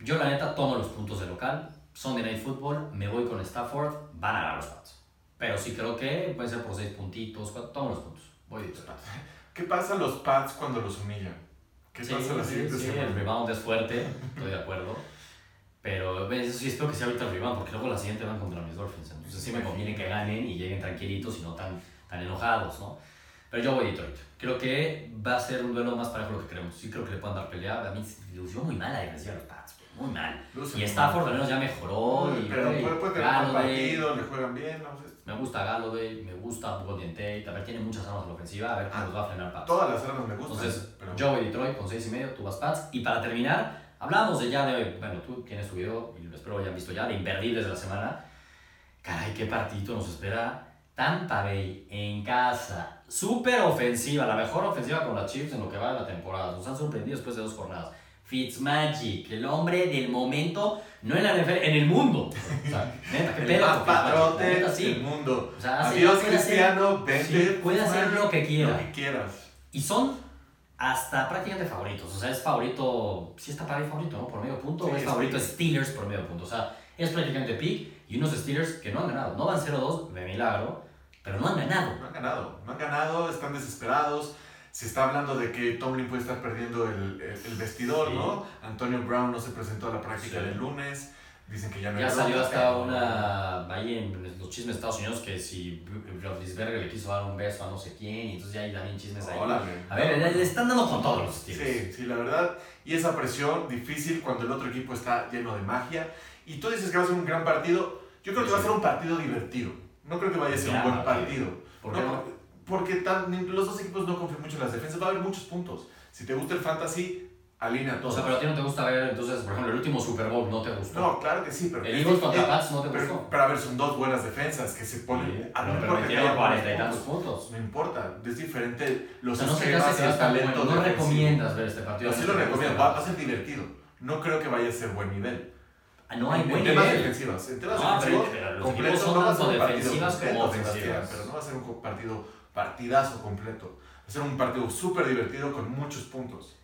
Speaker 1: Yo la neta tomo los puntos de local. Sunday Night Football, me voy con Stafford, van a ganar los Pats. Pero sí creo que puede ser por 6 puntitos, cuatro- tomo los puntos. Voy de los Pats.
Speaker 2: ¿Qué pasa a los Pats cuando los humillan? ¿Qué
Speaker 1: Sí,
Speaker 2: pasa la
Speaker 1: sí,
Speaker 2: siguiente
Speaker 1: sí, el
Speaker 2: semana?
Speaker 1: rebound es fuerte, estoy de acuerdo. Pero ves, eso sí, espero que sea ahorita el rebound, porque luego la siguiente van contra mis Dolphins. Entonces sí me conviene que ganen y lleguen tranquilitos y no tan, tan enojados, ¿no? Pero yo voy Detroit. Creo que va a ser un duelo más parejo de lo que creemos. Sí creo que le puedan dar pelea. A mí se lució muy mal la defensiva de los Pats, güey, muy mal.
Speaker 2: Lucen
Speaker 1: Y
Speaker 2: mal.
Speaker 1: Stafford al menos ya mejoró. y,
Speaker 2: pero
Speaker 1: güey,
Speaker 2: puede, puede tener un
Speaker 1: Galladay,
Speaker 2: partido, le juegan bien. No sé.
Speaker 1: Me gusta Galloway, me gusta Golden Tate. A ver, tiene muchas armas a la ofensiva. A ver cómo
Speaker 2: Ah,
Speaker 1: los va a frenar Pats.
Speaker 2: Todas las armas me gustan.
Speaker 1: Entonces,
Speaker 2: pero
Speaker 1: yo voy Detroit con 6 y medio, tú vas Pats. Y para terminar, hablamos de ya de, bueno, tú tienes tu video, y lo espero hayan visto ya, de imperdibles de la semana. Caray, qué partidito nos espera. Tampa Bay en casa, súper ofensiva, la mejor ofensiva con las Chiefs en lo que va de la temporada. Nos han sorprendido después de dos jornadas. Fitzmagic, el hombre del momento, no en la NFL, en el mundo. O sea, neta, qué
Speaker 2: el
Speaker 1: pedo
Speaker 2: más
Speaker 1: con Fitzmagic,
Speaker 2: padrote
Speaker 1: neta,
Speaker 2: del
Speaker 1: sí.
Speaker 2: mundo.
Speaker 1: O sea, hace-
Speaker 2: Adiós,
Speaker 1: puede hacer-
Speaker 2: Cristiano. Vente.
Speaker 1: sí, puede hacer lo que quiera.
Speaker 2: Lo que quieras.
Speaker 1: Y son hasta prácticamente favoritos. O sea, es favorito. Sí, está para el favorito, ¿no? Por medio punto.
Speaker 2: Sí,
Speaker 1: o es
Speaker 2: es
Speaker 1: favorito
Speaker 2: pick.
Speaker 1: Steelers por medio punto. O sea, es prácticamente pick. Y unos Steelers que no han ganado. No van 0-2, de milagro. Pero no han ganado.
Speaker 2: No han ganado. No han ganado, están desesperados. Se está hablando de que Tomlin puede estar perdiendo el, el- el vestidor,
Speaker 1: Sí.
Speaker 2: ¿no? Antonio Brown no se presentó a la práctica
Speaker 1: Sí.
Speaker 2: del lunes. Dicen que ya no hay
Speaker 1: Ya salió
Speaker 2: bronca,
Speaker 1: hasta
Speaker 2: pero-
Speaker 1: una. Ahí en los chismes de Estados Unidos que si Roethlisberger le quiso dar un beso a no sé quién. Y entonces ya hay también chismes ahí.
Speaker 2: Órale.
Speaker 1: A ver, le le están dando con todos los Steelers.
Speaker 2: Sí, sí, la verdad. Y esa presión difícil cuando el otro equipo está lleno de magia. Y tú dices que va a ser un gran partido. Yo creo que va a ser un partido divertido. No creo que vaya a ser
Speaker 1: Ya,
Speaker 2: un buen
Speaker 1: partido.
Speaker 2: partido.
Speaker 1: ¿Por
Speaker 2: No,
Speaker 1: qué no?
Speaker 2: por- Porque tan- ni- los dos equipos no confían mucho en las defensas. Va a haber muchos puntos. Si te gusta el fantasy, alinea
Speaker 1: O
Speaker 2: todos.
Speaker 1: sea, pero a ti no te gusta ver. Entonces, por ejemplo, el último Super Bowl no te gustó.
Speaker 2: No, claro que sí, pero.
Speaker 1: el Eagles contra
Speaker 2: eh,
Speaker 1: Pats no te gustó.
Speaker 2: pero, pero a ver, son dos buenas defensas que se ponen.
Speaker 1: Sí,
Speaker 2: a
Speaker 1: pero
Speaker 2: no importa que
Speaker 1: permitieron
Speaker 2: haya
Speaker 1: 40 y
Speaker 2: pocos
Speaker 1: tantos
Speaker 2: puntos,
Speaker 1: puntos.
Speaker 2: No importa, es diferente
Speaker 1: O
Speaker 2: los
Speaker 1: sea, no se
Speaker 2: esquemas
Speaker 1: casi
Speaker 2: y
Speaker 1: que
Speaker 2: el talento
Speaker 1: No
Speaker 2: defensivo.
Speaker 1: recomiendas ver este partido.
Speaker 2: Yo sí lo recomiendo, va, va a ser divertido. No creo que vaya a ser buen nivel.
Speaker 1: Ah, No hay
Speaker 2: en
Speaker 1: buen
Speaker 2: temas
Speaker 1: nivel.
Speaker 2: defensivos, en temas
Speaker 1: No, pero
Speaker 2: defensivos,
Speaker 1: pero los equipos
Speaker 2: completos
Speaker 1: son
Speaker 2: no va a ser
Speaker 1: tanto
Speaker 2: un partido
Speaker 1: defensivas como
Speaker 2: completo, Sebastián,
Speaker 1: ofensivas.
Speaker 2: pero no va a ser un co- partido partidazo completo. Va a ser un partido súper divertido con muchos puntos.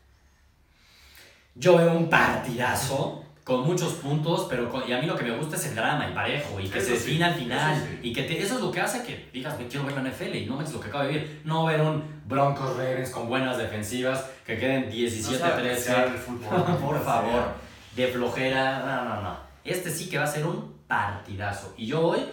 Speaker 1: Yo veo un partidazo con muchos puntos, pero con- y a mí lo que me gusta es el drama y parejo y que
Speaker 2: Eso
Speaker 1: se
Speaker 2: sí,
Speaker 1: defina al final.
Speaker 2: eso sí.
Speaker 1: Y que te- eso es lo que hace que digas, me quiero ver la NFL y no es lo que acabo de vivir. No ver un Broncos Ravens con buenas defensivas que queden
Speaker 2: No
Speaker 1: 17-13
Speaker 2: sabe apreciar el fútbol.
Speaker 1: por favor, de flojera, no, no, no. Este sí que va a ser un partidazo. Y yo hoy,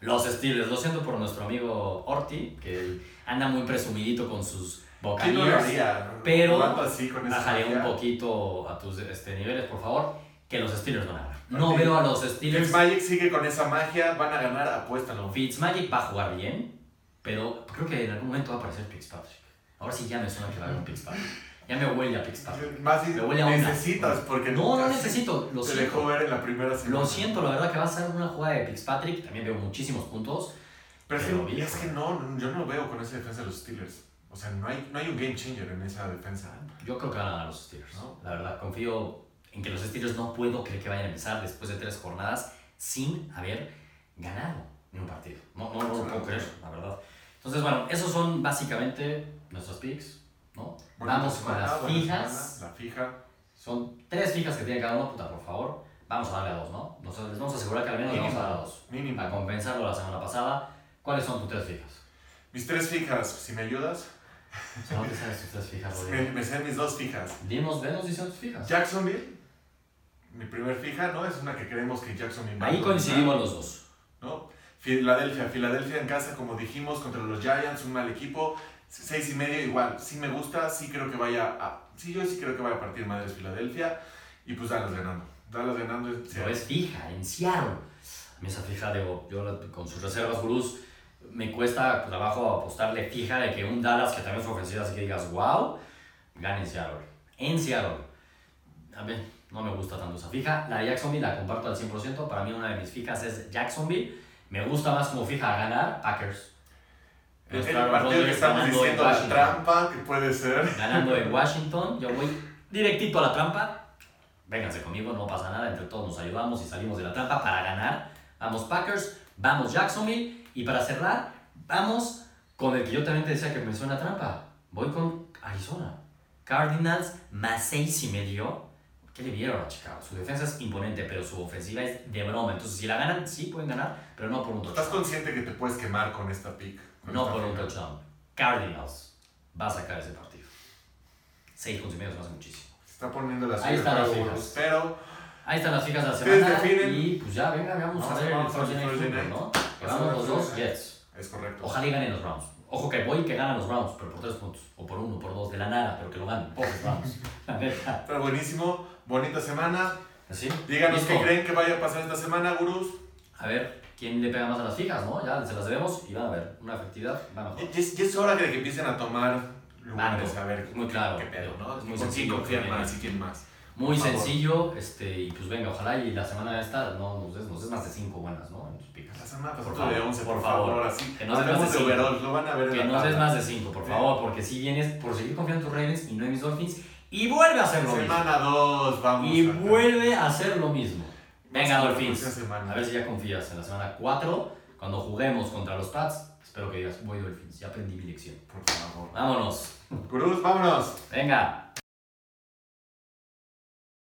Speaker 1: los Steelers, lo siento por nuestro amigo Orti, que anda muy presumidito con sus
Speaker 2: ¿Quién no lo
Speaker 1: bocanías.
Speaker 2: haría? ¿no?
Speaker 1: pero
Speaker 2: Jugando así con esa
Speaker 1: Bájale un
Speaker 2: calidad.
Speaker 1: poquito a tus este, niveles, por favor, que los Steelers van a ganar. No
Speaker 2: Ok.
Speaker 1: veo a los
Speaker 2: El
Speaker 1: Steelers.
Speaker 2: Magic sigue con esa magia, van a ganar, apuéstalo.
Speaker 1: Fitzmagic va a jugar bien, pero creo que en algún momento va a aparecer Fitzpatrick. Ahora sí ya me suena que va a haber un Fitzpatrick. Ya me huele a Fitzpatrick.
Speaker 2: Más bien
Speaker 1: Me huele a una.
Speaker 2: necesitas, porque
Speaker 1: No, no
Speaker 2: casi
Speaker 1: necesito. Lo
Speaker 2: Te
Speaker 1: siento.
Speaker 2: dejó ver en la primera semana.
Speaker 1: Lo siento, la verdad que va a ser una jugada de Fitzpatrick. También veo muchísimos puntos.
Speaker 2: Pero es
Speaker 1: Pero
Speaker 2: que,
Speaker 1: bien.
Speaker 2: es que no, no, yo no veo con esa defensa de los Steelers. O sea, no hay, no hay un game changer en esa defensa.
Speaker 1: Yo creo que van a ganar los Steelers.
Speaker 2: ¿No?
Speaker 1: La verdad, confío en que los Steelers no puedo creer que vayan a empezar después de tres jornadas sin haber ganado ni un partido. No, no, no lo puedo creer, la verdad. Entonces, bueno, esos son básicamente nuestros picks, ¿no?
Speaker 2: Buena
Speaker 1: Vamos
Speaker 2: semana,
Speaker 1: con las
Speaker 2: buena
Speaker 1: fijas.
Speaker 2: semana, la fija.
Speaker 1: Son tres fijas que tiene cada uno, puta, por favor. Vamos a darle a dos, ¿no? Nosotros les vamos a asegurar que al menos le vamos a dar a dos. Para
Speaker 2: Mínimo.
Speaker 1: compensarlo la semana pasada, ¿cuáles son tus tres fijas?
Speaker 2: Mis tres fijas, si me ayudas.
Speaker 1: O sea, no te sabes tus tres fijas,
Speaker 2: Me,
Speaker 1: Rodrigo.
Speaker 2: me sé mis dos fijas.
Speaker 1: Dinos, venos y sean tus fijas.
Speaker 2: Jacksonville, mi primer fija, ¿no? Es una que creemos que Jacksonville va a
Speaker 1: Ahí
Speaker 2: dominar,
Speaker 1: coincidimos los dos.
Speaker 2: ¿no? Filadelfia, Filadelfia en casa, como dijimos, contra los Giants, un mal equipo. Seis y medio, igual. Sí me gusta, sí creo que vaya a... Sí, yo sí creo que vaya a partir madres Filadelfia. Y pues Dallas ganando. Dallas ganando. es-
Speaker 1: Pero es fija, en Seattle. A mí esa fija, digo, yo la- con sus reservas gurús, me cuesta trabajo apostarle fija de que un Dallas, que también fue ofensiva, así que digas, wow, gane en Seattle. En Seattle. A ver, no me gusta tanto esa fija. La de Jacksonville la comparto al 100%. Para mí una de mis fijas es Jacksonville. Me gusta más como fija a ganar Packers.
Speaker 2: El, el
Speaker 1: Nuestro
Speaker 2: partido que
Speaker 1: Rodgers
Speaker 2: estamos
Speaker 1: ganando en
Speaker 2: diciendo, la
Speaker 1: Washington.
Speaker 2: trampa que puede ser.
Speaker 1: ganando en Washington. Yo voy directito a la trampa. Vénganse conmigo, no pasa nada. Entre todos nos ayudamos y salimos de la trampa para ganar. Vamos Packers, vamos Jacksonville. Y para cerrar, vamos con el que yo también te decía que me suena trampa. Voy con Arizona. Cardinals más seis y medio. ¿Qué le vieron a Chicago? Su defensa es imponente, pero su ofensiva es de broma. Entonces, si la ganan, sí pueden ganar, pero no por un
Speaker 2: ¿Estás
Speaker 1: touchdown.
Speaker 2: consciente que te puedes quemar con esta pick? Con
Speaker 1: No
Speaker 2: esta
Speaker 1: por un
Speaker 2: fija.
Speaker 1: touchdown. Cardinals va a sacar ese partido. Seis puntos y medio se me hace muchísimo.
Speaker 2: Se está poniendo las
Speaker 1: Ahí están
Speaker 2: fijas,
Speaker 1: las
Speaker 2: pero-
Speaker 1: fijas.
Speaker 2: Pero
Speaker 1: Ahí están las fijas de la
Speaker 2: Ustedes
Speaker 1: semana.
Speaker 2: definen.
Speaker 1: Y pues ya, venga, vamos,
Speaker 2: Vamos,
Speaker 1: a ver
Speaker 2: vamos
Speaker 1: el Thursday
Speaker 2: al
Speaker 1: Night
Speaker 2: Thursday
Speaker 1: Football,
Speaker 2: Night.
Speaker 1: ¿no? Que vamos los dos Jets.
Speaker 2: es correcto.
Speaker 1: Ojalá y ganen los Browns. Ojo que voy que ganan los Browns, pero por tres puntos. O por uno, por dos, de la nada, pero que lo ganen. Pobres Browns. La neta.
Speaker 2: Pero buenísimo, bonita semana.
Speaker 1: ¿Así?
Speaker 2: Díganos
Speaker 1: Listo.
Speaker 2: qué creen que vaya a pasar esta semana, gurús.
Speaker 1: A ver, ¿quién le pega más a las fijas, no? Ya se las debemos y van a ver. Una efectividad, van a
Speaker 2: Ya,
Speaker 1: jugar.
Speaker 2: ya es, ya es hora de que empiecen a tomar lugares,
Speaker 1: Banco.
Speaker 2: a ver
Speaker 1: Muy claro.
Speaker 2: qué pedo, ¿no?
Speaker 1: Es muy
Speaker 2: ¿Con quién
Speaker 1: sencillo.
Speaker 2: confían más y quién más?
Speaker 1: Muy
Speaker 2: Por favor.
Speaker 1: sencillo, este, y pues venga, ojalá y la semana esta no nos des, nos des más de cinco buenas, ¿no? En tus picas.
Speaker 2: La semana
Speaker 1: Por
Speaker 2: pasada de
Speaker 1: favor,
Speaker 2: 11,
Speaker 1: por
Speaker 2: por,
Speaker 1: favor.
Speaker 2: favor. así.
Speaker 1: Que no se
Speaker 2: Hablemos
Speaker 1: pase
Speaker 2: de
Speaker 1: cinco.
Speaker 2: overall, lo van a ver en
Speaker 1: Que
Speaker 2: la
Speaker 1: no des
Speaker 2: tabla.
Speaker 1: más de 5, por favor, porque si vienes por seguir confiando en tus Ravens y no en mis Dolphins, y vuelve a hacer lo mismo.
Speaker 2: Semana 2, vamos.
Speaker 1: Y
Speaker 2: a-
Speaker 1: vuelve a hacer lo mismo. Venga,
Speaker 2: Vamos a pues, la
Speaker 1: Dolphins.
Speaker 2: próxima semana.
Speaker 1: A ver si ya confías en la semana 4, cuando juguemos contra los Pats. Espero que digas, voy Dolphins, ya aprendí mi lección.
Speaker 2: Por favor.
Speaker 1: Vámonos.
Speaker 2: Gurús, vámonos.
Speaker 1: Venga.